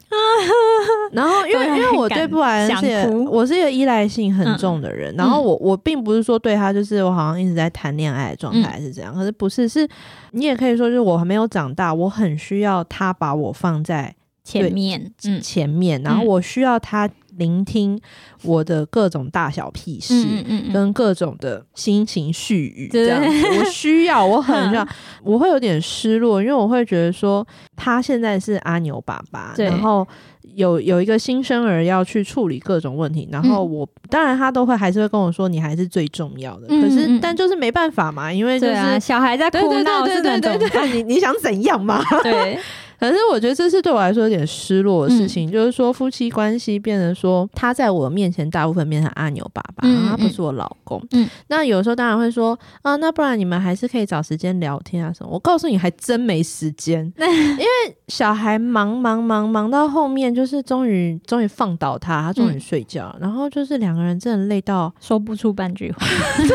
[SPEAKER 1] 然后因为
[SPEAKER 2] 突然
[SPEAKER 1] 因为我
[SPEAKER 2] 感
[SPEAKER 1] 对布莱恩是一个
[SPEAKER 2] 想哭
[SPEAKER 1] 我是一个依赖性很重的人，然后
[SPEAKER 2] 嗯
[SPEAKER 1] 我我并不是说对他就是我好像一直在谈恋爱的状
[SPEAKER 2] 嗯
[SPEAKER 1] 态是这样，可是不是是你也可以说就是我还没有长大，我很需要他把我放在
[SPEAKER 2] 前面，嗯
[SPEAKER 1] 前面，然后
[SPEAKER 2] 嗯
[SPEAKER 1] 我需要他聆听我的各种大小屁事。
[SPEAKER 2] 嗯嗯嗯，
[SPEAKER 1] 跟各种的心情絮语，
[SPEAKER 2] 对
[SPEAKER 1] 这样子，我需 要，我很需要，我会有点失落，因为我会觉得说，他现在是阿牛爸爸，
[SPEAKER 2] 对
[SPEAKER 1] 然后有有一个新生儿要去处理各种问题，然后我、当然他都会还是会跟我说，你还是最重要的，
[SPEAKER 2] 嗯
[SPEAKER 1] 可是、
[SPEAKER 2] 嗯嗯
[SPEAKER 1] 但就是没办法嘛，因为就
[SPEAKER 2] 对
[SPEAKER 1] 是。
[SPEAKER 2] 啊，小孩在
[SPEAKER 1] 对
[SPEAKER 2] 哭
[SPEAKER 1] 对
[SPEAKER 2] 闹
[SPEAKER 1] 对
[SPEAKER 2] 是
[SPEAKER 1] 对
[SPEAKER 2] 能
[SPEAKER 1] 对
[SPEAKER 2] 怎么
[SPEAKER 1] 对对，你 你想怎样嘛？
[SPEAKER 2] 对，
[SPEAKER 1] 可是我觉得这是对我来说有点失落的事
[SPEAKER 2] 嗯
[SPEAKER 1] 情，就是说夫妻关系变成说他在我面前大部分变成阿牛爸爸，
[SPEAKER 2] 嗯
[SPEAKER 1] 然后他不
[SPEAKER 2] 嗯
[SPEAKER 1] 是我老公。
[SPEAKER 2] 嗯
[SPEAKER 1] 那有时候当然会说啊，那不然你们还是可以找时间聊天啊什么。我告诉你，还真没时间，因为小孩忙忙忙忙到后面，就是终于终于放倒他，他终于
[SPEAKER 2] 嗯
[SPEAKER 1] 睡觉了，然后就是两个人真的累到，
[SPEAKER 2] 说不出半句话。
[SPEAKER 1] 就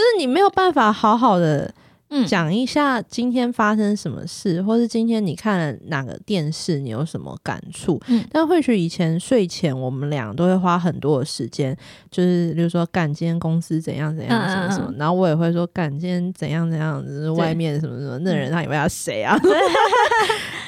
[SPEAKER 1] 是你没有办法好好的
[SPEAKER 2] 嗯，
[SPEAKER 1] 讲一下今天发生什么事，或是今天你看了哪个电视，你有什么感触？
[SPEAKER 2] 嗯
[SPEAKER 1] 但或许以前睡前我们俩都会花很多的时间，就是比如说干今天公司怎样怎样
[SPEAKER 2] 嗯嗯
[SPEAKER 1] 什么什么，
[SPEAKER 2] 嗯
[SPEAKER 1] 然后我也会说干今天怎样怎样，就是外面什么什么，那人他以为他谁啊？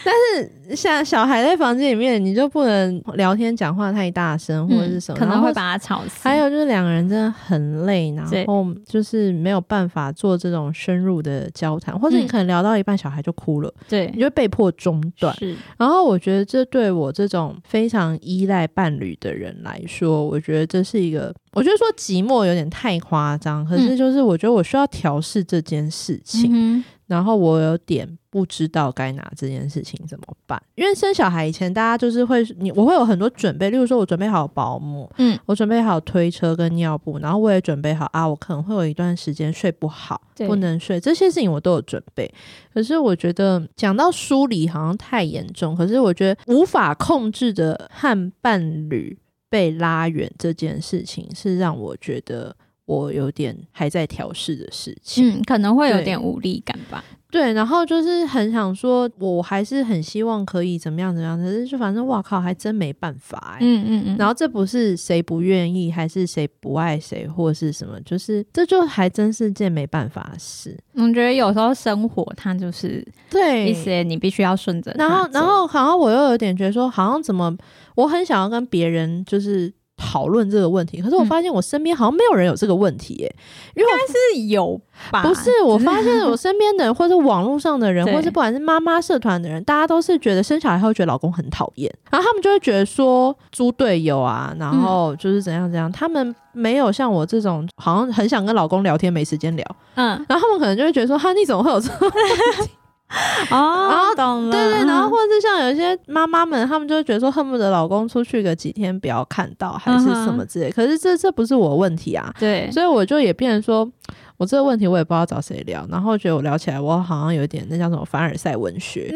[SPEAKER 1] 但是像小孩在房间里面，你就不能聊天讲话太大声或者是什么，
[SPEAKER 2] 嗯可
[SPEAKER 1] 然
[SPEAKER 2] 能
[SPEAKER 1] 后
[SPEAKER 2] 会把他吵死。
[SPEAKER 1] 还有就是两个人真的很累，然
[SPEAKER 2] 对
[SPEAKER 1] 后就是没有办法做这种深入的交谈，或者你
[SPEAKER 2] 嗯
[SPEAKER 1] 可能聊到一半，小孩就哭了，
[SPEAKER 2] 对
[SPEAKER 1] 你，就被迫中断。
[SPEAKER 2] 是，
[SPEAKER 1] 然后我觉得这对我这种非常依赖伴侣的人来说，我觉得这是一个，我觉得说寂寞有点太夸张，可是
[SPEAKER 2] 嗯
[SPEAKER 1] 就是我觉得我需要调试这件事情，
[SPEAKER 2] 嗯
[SPEAKER 1] 然后我有点不知道该拿这件事情怎么办，因为生小孩以前大家就是会你我会有很多准备，例如说我准备好保姆，
[SPEAKER 2] 哼嗯，
[SPEAKER 1] 我准备好推车跟尿布，然后我也准备好啊，我可能会有一段时间睡不好，
[SPEAKER 2] 对
[SPEAKER 1] 不能睡，这些事情我都有准备。可是我觉得讲到疏离好像太严重，可是我觉得无法控制的和伴侣被拉远这件事情，是让我觉得我有点还在调试的事情。
[SPEAKER 2] 嗯，可能会有
[SPEAKER 1] 对
[SPEAKER 2] 点无力感吧。嗯
[SPEAKER 1] 对，然后就是很想说，我还是很希望可以怎么样怎么样，可是就反正哇靠，还真没办法、欸。
[SPEAKER 2] 嗯嗯嗯，
[SPEAKER 1] 然
[SPEAKER 2] 后
[SPEAKER 1] 后这不是谁不愿意，还是谁不爱谁，或是什么，就是这就还真是件没办法的事。
[SPEAKER 2] 我觉得有时候生活它就是
[SPEAKER 1] 对
[SPEAKER 2] 一些你必须要顺着它
[SPEAKER 1] 然后
[SPEAKER 2] 走，
[SPEAKER 1] 然后好像我又有点觉得说，好像怎么我很想要跟别人就是讨论这个问题，可是我
[SPEAKER 2] 嗯
[SPEAKER 1] 发现我身边好像没有人有这个问题欸耶、因为我
[SPEAKER 2] 是有吧？
[SPEAKER 1] 不是，我发现我身边的人，或是网络上的人，
[SPEAKER 2] 对
[SPEAKER 1] 或是不管是妈妈社团的人，大家都是觉得生小孩后觉得老公很讨厌，然后他们就会觉得说猪队友啊，然后就是怎样怎样，他们没有像我这种好像很想跟老公聊天没时间聊，
[SPEAKER 2] 嗯
[SPEAKER 1] 然后他们可能就会觉得说哈你怎么会有这种
[SPEAKER 2] 哦，懂了，
[SPEAKER 1] 对对，
[SPEAKER 2] 嗯
[SPEAKER 1] 然后或是像有一些妈妈们，她们就会觉得说恨不得老公出去个几天不要看到还是什么之类，可是这这不是我的问题啊，
[SPEAKER 2] 对，
[SPEAKER 1] 所以我就也变成说，我这个问题我也不知道找谁聊，然后觉得我聊起来我好像有点那叫什么凡尔赛文 学，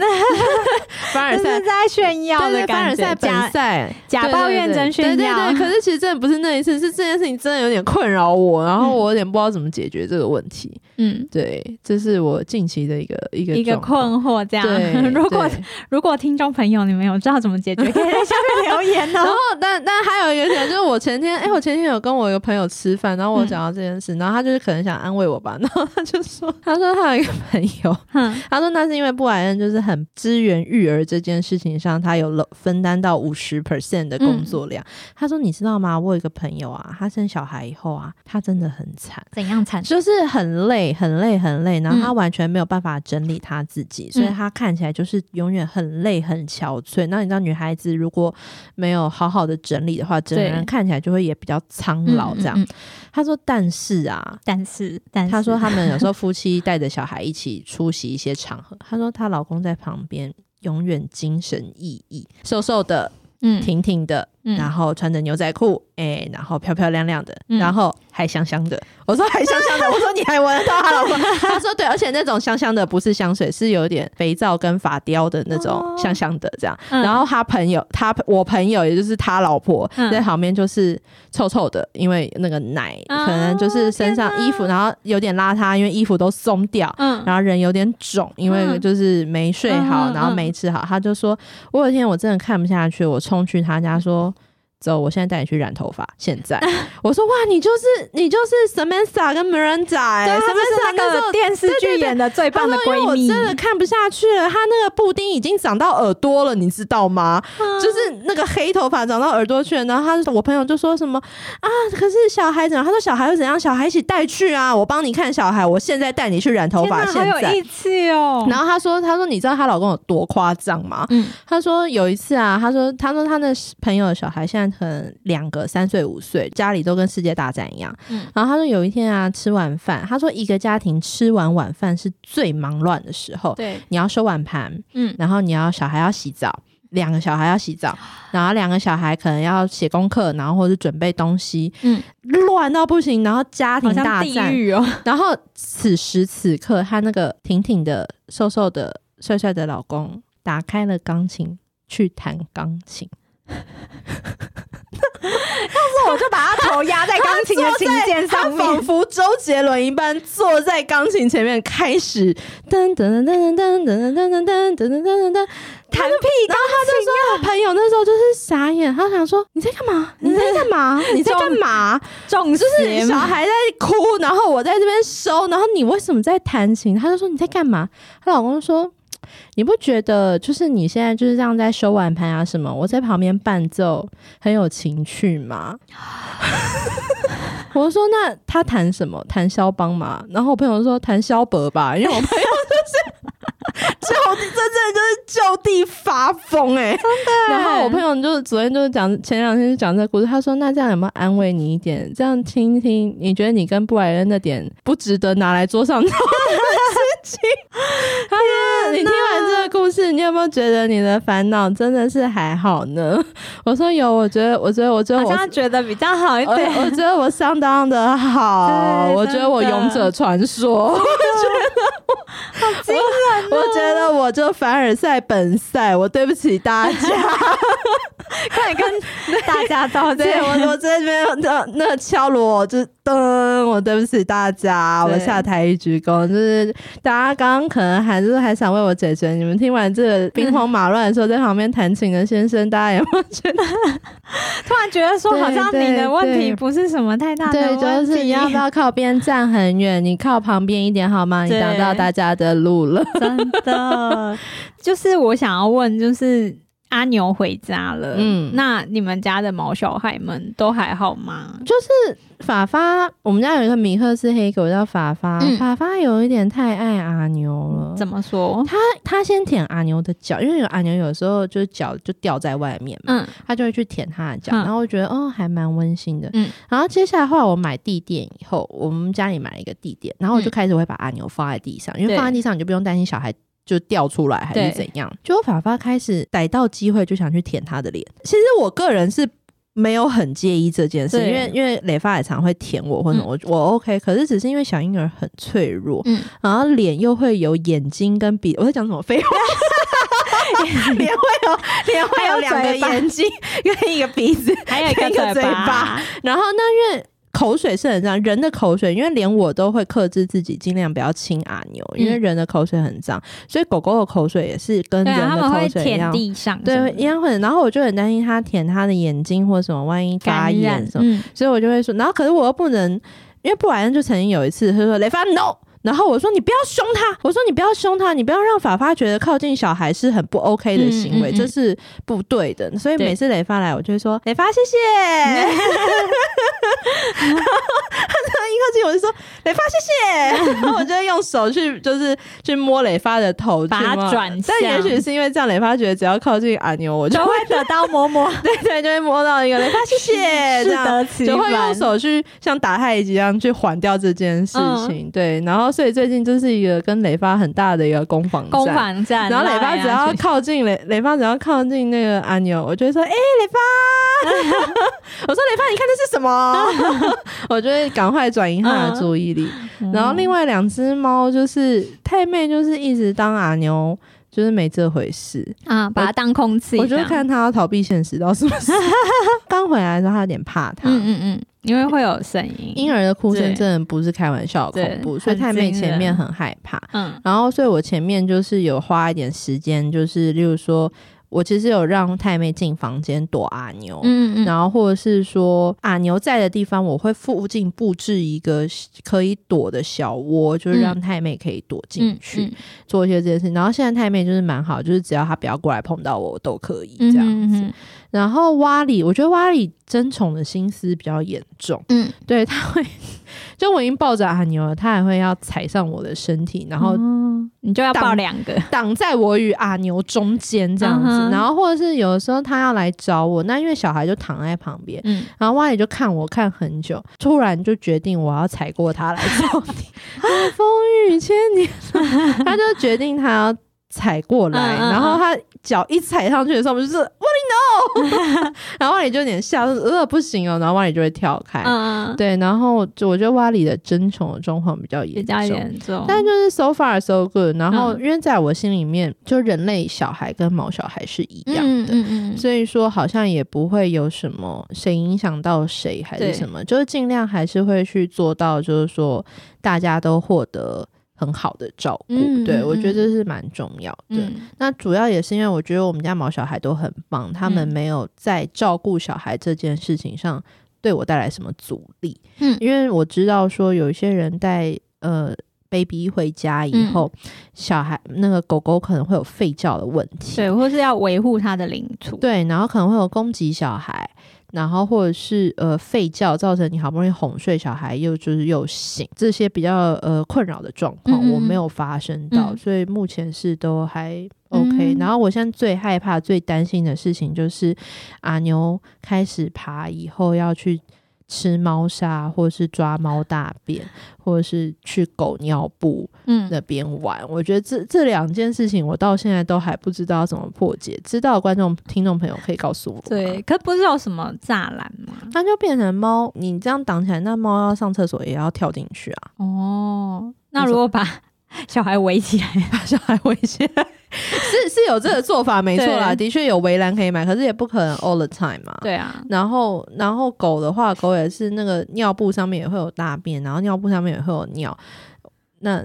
[SPEAKER 1] 凡尔
[SPEAKER 2] 就
[SPEAKER 1] 赛
[SPEAKER 2] 是。在炫耀
[SPEAKER 1] 对对，
[SPEAKER 2] 的
[SPEAKER 1] 凡
[SPEAKER 2] 感
[SPEAKER 1] 尔
[SPEAKER 2] 觉，
[SPEAKER 1] 赛本
[SPEAKER 2] 假
[SPEAKER 1] 赛，
[SPEAKER 2] 假
[SPEAKER 1] 对
[SPEAKER 2] 抱
[SPEAKER 1] 对
[SPEAKER 2] 怨
[SPEAKER 1] 对
[SPEAKER 2] 真炫耀，
[SPEAKER 1] 对对对，可是 其实真的不是那一次，是这件事情真的有点困扰我，然后我有点不知道怎么解决这个问题。
[SPEAKER 2] 嗯。
[SPEAKER 1] 对，这是我近期的一个一个
[SPEAKER 2] 一个
[SPEAKER 1] 状况
[SPEAKER 2] 困惑，这
[SPEAKER 1] 对，
[SPEAKER 2] 样。如果
[SPEAKER 1] 对
[SPEAKER 2] 如果听众朋友你们有知道怎么解决，可以在下面留言
[SPEAKER 1] 然后
[SPEAKER 2] 哦。
[SPEAKER 1] 但但还有一个点，就是我前天，哎、我前天有跟我一个朋友吃饭，然后我
[SPEAKER 2] 嗯
[SPEAKER 1] 讲到这件事，然后他就是可能想安慰我吧，然后他就说，他说他有一个朋友，
[SPEAKER 2] 哼
[SPEAKER 1] 他说那是因为布莱恩就是很支援育儿这件事情上，他有了分担到五十 percent 的工作量。他说你知道吗？我有一个朋友啊，他生小孩以后啊，他真的很惨。
[SPEAKER 2] 怎样惨？
[SPEAKER 1] 就是很累，很累，很累，然后
[SPEAKER 2] 嗯
[SPEAKER 1] 他完全没有办法整理他自己，所以他看起来就是永远很累、很憔悴。那你知道，女孩子如果没有好好的整理的话，整个人看起来就会也比较苍老这样。
[SPEAKER 2] 嗯嗯嗯
[SPEAKER 1] 他说，但是啊，
[SPEAKER 2] 但是，但是
[SPEAKER 1] 他说他们有时候夫妻带着小孩一起出席一些场合，他说她老公在旁边永远精神奕奕，瘦瘦的、
[SPEAKER 2] 嗯
[SPEAKER 1] 挺挺的，
[SPEAKER 2] 嗯
[SPEAKER 1] 然后穿着牛仔裤，哎、然后漂漂亮亮的，
[SPEAKER 2] 嗯
[SPEAKER 1] 然后还香香的。我说还香香 的，我说你还闻得到她老公？他说对，而且那种香香的不是香水，是有点肥皂跟发雕的那种
[SPEAKER 2] 哦
[SPEAKER 1] 香香的这样。
[SPEAKER 2] 嗯
[SPEAKER 1] 然后他朋友，他我朋友也就是他老婆、
[SPEAKER 2] 嗯
[SPEAKER 1] 在旁边就是臭臭的，因为那个奶
[SPEAKER 2] 啊
[SPEAKER 1] 可能就是身上
[SPEAKER 2] 天哪
[SPEAKER 1] 衣服，然后有点邋遢，因为衣服都松掉。
[SPEAKER 2] 嗯，
[SPEAKER 1] 然后人有点肿，因为
[SPEAKER 2] 嗯
[SPEAKER 1] 就是没睡好，
[SPEAKER 2] 嗯嗯
[SPEAKER 1] 然后没吃好，他就说：“我有一天我真的看不下去，我冲去他家说。”走，我现在带你去染头发。 现在我说哇，你就是你就是 Samantha 跟 Miranda，、欸、
[SPEAKER 2] 对啊
[SPEAKER 1] Samantha
[SPEAKER 2] 就是那个
[SPEAKER 1] 时候
[SPEAKER 2] 电
[SPEAKER 3] 电视剧演的最棒的
[SPEAKER 1] 啊因为
[SPEAKER 3] 闺
[SPEAKER 1] 我
[SPEAKER 3] 蜜，
[SPEAKER 1] 真的看不下去了，他那个布丁已经长到耳朵了，你知道吗？
[SPEAKER 2] 嗯
[SPEAKER 1] 就是那个黑头发长到耳朵去了，然后他就我朋友就说什么啊，可是小孩怎样？他说小孩会怎样？小孩一起带去啊，我帮你看小孩，我现在带你去染头
[SPEAKER 2] 天
[SPEAKER 1] 发，
[SPEAKER 2] 哪，
[SPEAKER 1] 现
[SPEAKER 2] 好有
[SPEAKER 1] 在。
[SPEAKER 2] 义气哦！
[SPEAKER 1] 然后她说：“她说你知道她老公有多夸张吗？
[SPEAKER 2] 嗯
[SPEAKER 1] 她说有一次啊，她说她说她的朋友的小孩现在可能两个三岁五岁，家里都跟世界大战一样。
[SPEAKER 2] 嗯
[SPEAKER 1] 然后她说有一天啊，吃晚饭，她说一个家庭吃完晚饭是最忙乱的时候，
[SPEAKER 2] 对，
[SPEAKER 1] 你要收碗盘，
[SPEAKER 2] 嗯，
[SPEAKER 1] 然后你要小孩要洗澡。”两个小孩要洗澡，然后两个小孩可能要写功课，然后或者是准备东西，
[SPEAKER 2] 嗯
[SPEAKER 1] 乱到不行，然后家庭
[SPEAKER 2] 好像
[SPEAKER 1] 啊大
[SPEAKER 2] 地
[SPEAKER 1] 战，
[SPEAKER 2] 狱哦，
[SPEAKER 1] 然后此时此刻，她那个挺挺的、瘦瘦的、帅帅的老公打开了钢琴去弹钢琴，
[SPEAKER 3] 我就把他头压在钢琴的琴键
[SPEAKER 1] 他
[SPEAKER 3] 上
[SPEAKER 1] 仿
[SPEAKER 3] 面。
[SPEAKER 1] 佛周杰伦一般坐在钢琴前面开始噔噔噔噔噔噔噔噔噔噔噔噔噔。
[SPEAKER 3] 弹屁钢琴啊！
[SPEAKER 1] 他朋友那时候就是傻眼，他想说：“你在干嘛？你在干嘛？你在干嘛？”
[SPEAKER 2] 重视
[SPEAKER 1] 就是小孩在哭，然后我在这边收，然后你为什么在弹琴？她就说你在干嘛？她老公说。你不觉得就是你现在就是这样在收碗盘啊什么？我在旁边伴奏很有情趣吗？ 我就说那他弹什么？弹肖邦嘛。然后我朋友说弹肖伯吧，因为我朋友就是 就地，这真的就是就地发疯哎、然
[SPEAKER 2] 欸
[SPEAKER 1] 后我朋友就昨天就讲，前两天就讲这个故事，他说：“那这样有没有安慰你一点？这样听一听，你觉得你跟布莱恩的点不值得拿来桌上讨论的事情？”他说：“你听完这个故事，你有没有觉得你的烦恼真的是还好呢？”我说：“有，我觉得，我觉得，我觉呃得
[SPEAKER 2] 好
[SPEAKER 1] 我。”
[SPEAKER 2] 像觉得比较好一
[SPEAKER 1] 我
[SPEAKER 2] 点。
[SPEAKER 1] 哦我觉得我相当的好，
[SPEAKER 2] 哎对
[SPEAKER 1] 我觉得我
[SPEAKER 2] 真的
[SPEAKER 1] 勇者传说，
[SPEAKER 2] 惊人哦
[SPEAKER 1] 我觉得我就凡尔赛本赛，我对不起大家。
[SPEAKER 2] 快点跟 大家道
[SPEAKER 1] 对，
[SPEAKER 2] 歉。
[SPEAKER 1] 我我在这边那那敲锣，就是噔，我对不起大家，
[SPEAKER 2] 对
[SPEAKER 1] 我下台一鞠躬，就是大家刚刚可能还是还想为我解决，你们听完这 个兵荒马乱的时候，在旁边弹琴的先生，大家有没有觉得？
[SPEAKER 2] 突然觉得说，好像你的问
[SPEAKER 1] 对
[SPEAKER 2] 题
[SPEAKER 1] 对
[SPEAKER 2] 不是什么太大的
[SPEAKER 1] 对，
[SPEAKER 2] 问题，啊
[SPEAKER 1] 就是你要 不要靠边站很远，你靠旁边一点好吗？你
[SPEAKER 2] 对
[SPEAKER 1] 挡到大家的路了。
[SPEAKER 2] 真的，就是我想要问，就是阿牛回家了，
[SPEAKER 1] 嗯
[SPEAKER 2] 嗯，那你们家的毛小孩们都还好吗？
[SPEAKER 1] 就是法发，我们家有一个米克斯黑狗叫法发，
[SPEAKER 2] 嗯
[SPEAKER 1] 法发有一点太爱阿牛了。
[SPEAKER 2] 怎么说？
[SPEAKER 1] 他他先舔阿牛的脚，因为有阿牛有时候就是脚就掉在外面嘛，
[SPEAKER 2] 嗯
[SPEAKER 1] 他就会去舔他的脚，
[SPEAKER 2] 嗯
[SPEAKER 1] 然后我觉得哦还蛮温馨的。
[SPEAKER 2] 嗯
[SPEAKER 1] 然后接下来后来我买地垫以后，我们家里买了一个地垫，然后我就
[SPEAKER 2] 嗯
[SPEAKER 1] 开始会把阿牛放在地上，因为
[SPEAKER 2] 对
[SPEAKER 1] 放在地上你就不用担心小孩。就掉出来还
[SPEAKER 2] 对
[SPEAKER 1] 是怎样？结果法发开始逮到机会就想去舔他的脸。其实我个人是没有很介意这件事，
[SPEAKER 2] 对
[SPEAKER 1] 因为因为蕾发也常会舔我或者
[SPEAKER 2] 嗯
[SPEAKER 1] 我、我 OK，可是只是因为小婴儿很脆弱，
[SPEAKER 2] 嗯，
[SPEAKER 1] 然后脸又会有眼睛跟鼻，我在讲什么废 话？脸会有脸会有两个眼睛跟一个鼻子，
[SPEAKER 2] 还有 一
[SPEAKER 1] 跟一个
[SPEAKER 2] 个
[SPEAKER 1] 嘴巴，然后那因为。口水是很脏，人的口水，因为连我都会克制自己，尽量不要亲阿牛，因为
[SPEAKER 2] 嗯
[SPEAKER 1] 人的口水很脏，所以狗狗的口水也是跟
[SPEAKER 2] 对
[SPEAKER 1] 人
[SPEAKER 2] 啊，他
[SPEAKER 1] 的
[SPEAKER 2] 们
[SPEAKER 1] 口
[SPEAKER 2] 会
[SPEAKER 1] 水一
[SPEAKER 2] 舔
[SPEAKER 1] 样，
[SPEAKER 2] 地上什么
[SPEAKER 1] 对，
[SPEAKER 2] 的，
[SPEAKER 1] 一样会。然后我就很担心它舔它的眼睛或什么，万一发
[SPEAKER 2] 感
[SPEAKER 1] 炎
[SPEAKER 2] 染
[SPEAKER 1] 什么，
[SPEAKER 2] 嗯，
[SPEAKER 1] 所以我就会说，然后可是我又不能，因为布莱恩就曾经有一次，他说雷发 no。然后我说你不要凶他，我说你不要凶他，你不要让法发觉得靠近小孩是很不 OK 的行为，
[SPEAKER 2] 嗯嗯嗯
[SPEAKER 1] 这是不对的。所以
[SPEAKER 2] 对
[SPEAKER 1] 每次雷发来，我就会说雷发谢谢。然后他一靠近我就说雷发谢 谢，然后我就会用手去就是去摸雷发的头，
[SPEAKER 2] 把它
[SPEAKER 1] 去摸
[SPEAKER 2] 转
[SPEAKER 1] 但也
[SPEAKER 2] 向
[SPEAKER 1] 许是因为这样，雷发觉得只要靠近阿牛，我 就
[SPEAKER 2] 都会得到摸摸，
[SPEAKER 1] 对对就会摸到一个雷发谢谢，
[SPEAKER 2] 适
[SPEAKER 1] 这样
[SPEAKER 2] 得其
[SPEAKER 1] 就会用
[SPEAKER 2] 反。
[SPEAKER 1] 手去像打太极一样去缓掉这件事
[SPEAKER 2] 嗯
[SPEAKER 1] 情。对，然后所以最近就是一个跟磊发很大的一个攻防
[SPEAKER 2] 攻
[SPEAKER 1] 战。
[SPEAKER 2] 防战，
[SPEAKER 1] 然后磊
[SPEAKER 2] 拉
[SPEAKER 1] 发
[SPEAKER 2] 来
[SPEAKER 1] 只
[SPEAKER 2] 拉
[SPEAKER 1] 要
[SPEAKER 2] 去
[SPEAKER 1] 靠近磊磊发只要靠近那个阿牛，我就会说：“哎、磊发！” 我说：“磊发，你看这是什么？” 我就会赶快转移他的注意力。
[SPEAKER 2] 嗯
[SPEAKER 1] 然后另外两只猫就是太妹，就是一直当阿牛，就是没这回事。
[SPEAKER 2] 啊，把它当空气，
[SPEAKER 1] 我就看，他要逃避现实到什么时候。刚回来的时候，他有点怕他。
[SPEAKER 2] 嗯嗯嗯，因为会有声音，
[SPEAKER 1] 婴儿的哭声
[SPEAKER 2] 对
[SPEAKER 1] 真的不是开玩笑的
[SPEAKER 2] 对
[SPEAKER 1] 恐怖，所以
[SPEAKER 2] 很
[SPEAKER 1] 太妹
[SPEAKER 2] 惊
[SPEAKER 1] 前面
[SPEAKER 2] 人
[SPEAKER 1] 很害怕。
[SPEAKER 2] 嗯
[SPEAKER 1] 然后，所以我前面就是有花一点时间，就是例如说。我其实有让太妹进房间躲阿牛，
[SPEAKER 2] 嗯嗯
[SPEAKER 1] 然后或者是说阿牛在的地方，我会附近布置一个可以躲的小窝，
[SPEAKER 2] 嗯
[SPEAKER 1] 就是让太妹可以躲进去、做一些这件事情。然后现在太妹就是蛮好，就是只要她不要过来碰到我，我都可
[SPEAKER 2] 嗯
[SPEAKER 1] 以这样子。然后蛙里，我觉得蛙里争宠的心思比较严重，
[SPEAKER 2] 嗯
[SPEAKER 1] 对他会，就我已经抱着阿牛了，他还会要踩上我的身体，然后
[SPEAKER 2] 哦你就要
[SPEAKER 1] 当
[SPEAKER 2] 抱两个，
[SPEAKER 1] 挡在我与阿牛中间这样子。
[SPEAKER 2] 嗯哼
[SPEAKER 1] 然后或者是有的时候他要来找我，那因为小孩就躺在旁边，
[SPEAKER 2] 嗯，
[SPEAKER 1] 然后蛙里就看我看很久，突然就决定我要踩过他来找 你。啊风雨千年，啊他就决定他要踩过来，
[SPEAKER 2] 嗯嗯嗯
[SPEAKER 1] 然后他脚一踩上去的时候，我们就是 What do you know？然后蛙里就有点吓，就是呃不行哦，然后蛙里就会跳开。
[SPEAKER 2] 嗯，
[SPEAKER 1] 对，然后就我觉得蛙里的争宠的状况比较
[SPEAKER 2] 比
[SPEAKER 1] 严
[SPEAKER 2] 较
[SPEAKER 1] 重。
[SPEAKER 2] 严重，
[SPEAKER 1] 但就是 so far so good，然后
[SPEAKER 2] 嗯
[SPEAKER 1] 因为在我心里面，就人类小孩跟毛小孩是一样的，
[SPEAKER 2] 嗯嗯
[SPEAKER 1] 所以说好像也不会有什么谁影响到谁还是
[SPEAKER 2] 对
[SPEAKER 1] 什么，就是尽量还是会去做到，就是说大家都获得很好的照顾。
[SPEAKER 2] 嗯
[SPEAKER 1] 对
[SPEAKER 2] 嗯
[SPEAKER 1] 我觉得
[SPEAKER 2] 嗯
[SPEAKER 1] 这是蛮重要的。
[SPEAKER 2] 嗯
[SPEAKER 1] 那主要也是因为我觉得我们家毛小孩都很棒，他们
[SPEAKER 2] 嗯
[SPEAKER 1] 没有在照顾小孩这件事情上对我带来什么阻力。
[SPEAKER 2] 嗯
[SPEAKER 1] 因为我知道说有一些人带呃 baby 回家以
[SPEAKER 2] 嗯
[SPEAKER 1] 后，小孩那个狗狗可能会有吠叫的问题，
[SPEAKER 2] 对，或是要维护它的领土，
[SPEAKER 1] 对，然后可能会有攻击小孩，然后或者是呃吠叫，造成你好不容易哄睡小孩又就是又醒，这些比较呃困扰的状况
[SPEAKER 2] 嗯嗯嗯
[SPEAKER 1] 我没有发生到，
[SPEAKER 2] 嗯
[SPEAKER 1] 所以目前是都还 OK、
[SPEAKER 2] 嗯
[SPEAKER 1] 然后我现在最害怕、最担心的事情就是阿牛开始爬以后要去。吃猫砂，或是抓猫大便，或者是去狗尿布
[SPEAKER 2] 嗯，
[SPEAKER 1] 那边玩。我觉得这这两件事情，我到现在都还不知道要怎么破解。知道的观众、听众朋友可以告诉我吗。
[SPEAKER 2] 对，可不是有什么栅栏吗？
[SPEAKER 1] 它就变成猫，你这样挡起来，那猫要上厕所也要跳进去啊，
[SPEAKER 2] 哦，那
[SPEAKER 1] 那
[SPEAKER 2] 如果把 小孩围起来，
[SPEAKER 1] 把小孩围起来，是是有这个做法没错啦，
[SPEAKER 2] 对
[SPEAKER 1] 的确有围栏可以买，可是也不可能 all the time 嘛。。
[SPEAKER 2] 对啊，
[SPEAKER 1] 然后，然后狗的话，狗也是那个尿布上面也会有大便，然后尿布上面也会有尿。 那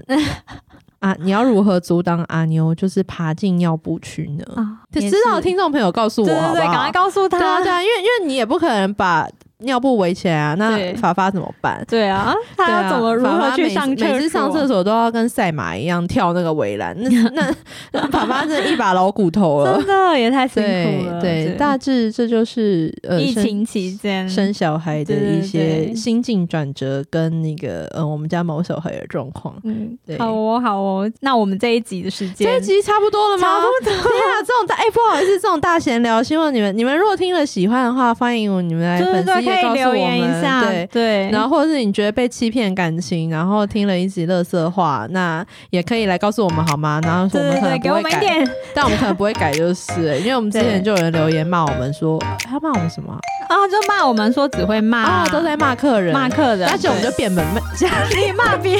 [SPEAKER 1] 啊，你要如何阻挡阿妞就是爬进尿布区呢？
[SPEAKER 2] 啊，
[SPEAKER 1] 就
[SPEAKER 2] 也
[SPEAKER 1] 知道的
[SPEAKER 2] 是
[SPEAKER 1] 听众朋友告诉
[SPEAKER 2] 对
[SPEAKER 1] 我
[SPEAKER 2] 对
[SPEAKER 1] 好不
[SPEAKER 2] 对，赶
[SPEAKER 1] 好
[SPEAKER 2] 快？告诉
[SPEAKER 1] 对啊，
[SPEAKER 2] 他，
[SPEAKER 1] 对啊，因为因为你也不可能把尿布围起来啊，那
[SPEAKER 2] 对
[SPEAKER 1] 法发怎么办？
[SPEAKER 2] 对啊，他
[SPEAKER 1] 对啊
[SPEAKER 2] 要怎么如
[SPEAKER 1] 法
[SPEAKER 2] 何
[SPEAKER 1] 发
[SPEAKER 2] 去
[SPEAKER 1] 每
[SPEAKER 2] 上厕所？
[SPEAKER 1] 每次上厕所都要跟赛马一样跳那个围栏， 那那那法发是一把老骨头了
[SPEAKER 2] 真。的也太辛
[SPEAKER 1] 对
[SPEAKER 2] 苦了。
[SPEAKER 1] 对，大致这就是呃
[SPEAKER 2] 疫
[SPEAKER 1] 生
[SPEAKER 2] 情期间，
[SPEAKER 1] 生小孩的
[SPEAKER 2] 对对
[SPEAKER 1] 一些
[SPEAKER 2] 对
[SPEAKER 1] 心境转折跟那个呃我们家毛小孩的状况。
[SPEAKER 2] 嗯
[SPEAKER 1] 对，
[SPEAKER 2] 好哦，好哦，那我们这一集的时间，
[SPEAKER 1] 这一集差不多了吗？
[SPEAKER 2] 差
[SPEAKER 1] 不多。天啊，这种大哎、不好意思，这种大闲聊，希望你们你们如果听了喜欢的话，欢迎你们来
[SPEAKER 2] 对对
[SPEAKER 1] 粉丝
[SPEAKER 2] 对，
[SPEAKER 1] 页
[SPEAKER 2] 可
[SPEAKER 1] 告
[SPEAKER 2] 以
[SPEAKER 1] 诉我们。
[SPEAKER 2] 留言一下，
[SPEAKER 1] 对。
[SPEAKER 2] 对，
[SPEAKER 1] 然后，或者是你觉得被欺骗感情，然后听了一集乐色话，那也可以来告诉我们好吗？然后我
[SPEAKER 2] 对
[SPEAKER 1] 们
[SPEAKER 2] 对
[SPEAKER 1] 可
[SPEAKER 2] 对，
[SPEAKER 1] 能
[SPEAKER 2] 给
[SPEAKER 1] 不
[SPEAKER 2] 我
[SPEAKER 1] 会
[SPEAKER 2] 们一
[SPEAKER 1] 改，
[SPEAKER 2] 点
[SPEAKER 1] 但我们可能不会改就是了，因为我们之前
[SPEAKER 2] 对
[SPEAKER 1] 就有人留言骂我们说，他骂我们什么
[SPEAKER 2] 啊，就骂我们说只会骂
[SPEAKER 1] 啊？哦都在骂客人，
[SPEAKER 2] 骂客人，
[SPEAKER 1] 而且我们就变本加
[SPEAKER 2] 对骂别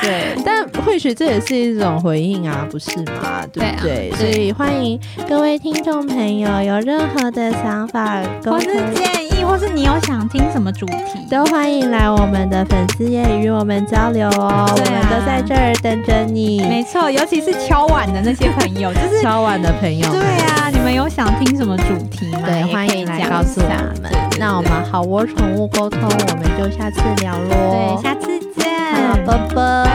[SPEAKER 2] 对。
[SPEAKER 1] 但或许这也是一种回应啊，不是吗？对不对？
[SPEAKER 2] 对啊
[SPEAKER 1] 所以欢迎各位听众朋友有任何的想法，跟我
[SPEAKER 2] 或是建议，或是你有想听什么主题？
[SPEAKER 1] 都欢迎来我们的粉丝页与我们交流哦，我
[SPEAKER 2] 对
[SPEAKER 1] 们
[SPEAKER 2] 啊
[SPEAKER 1] 都在这儿等着你。
[SPEAKER 2] 没错，尤其是敲碗的那些朋友，就是
[SPEAKER 1] 敲碗的朋友
[SPEAKER 2] 对
[SPEAKER 1] 们，
[SPEAKER 2] 啊，你们有想听什么主题吗？
[SPEAKER 1] 对，
[SPEAKER 2] 也可以
[SPEAKER 1] 欢迎来
[SPEAKER 2] 讲
[SPEAKER 1] 告诉
[SPEAKER 2] 一
[SPEAKER 1] 我
[SPEAKER 2] 下
[SPEAKER 1] 们。那我们好窝宠物沟通，我们就下次聊喽。
[SPEAKER 2] 对，下次见，
[SPEAKER 1] 好，啵啵。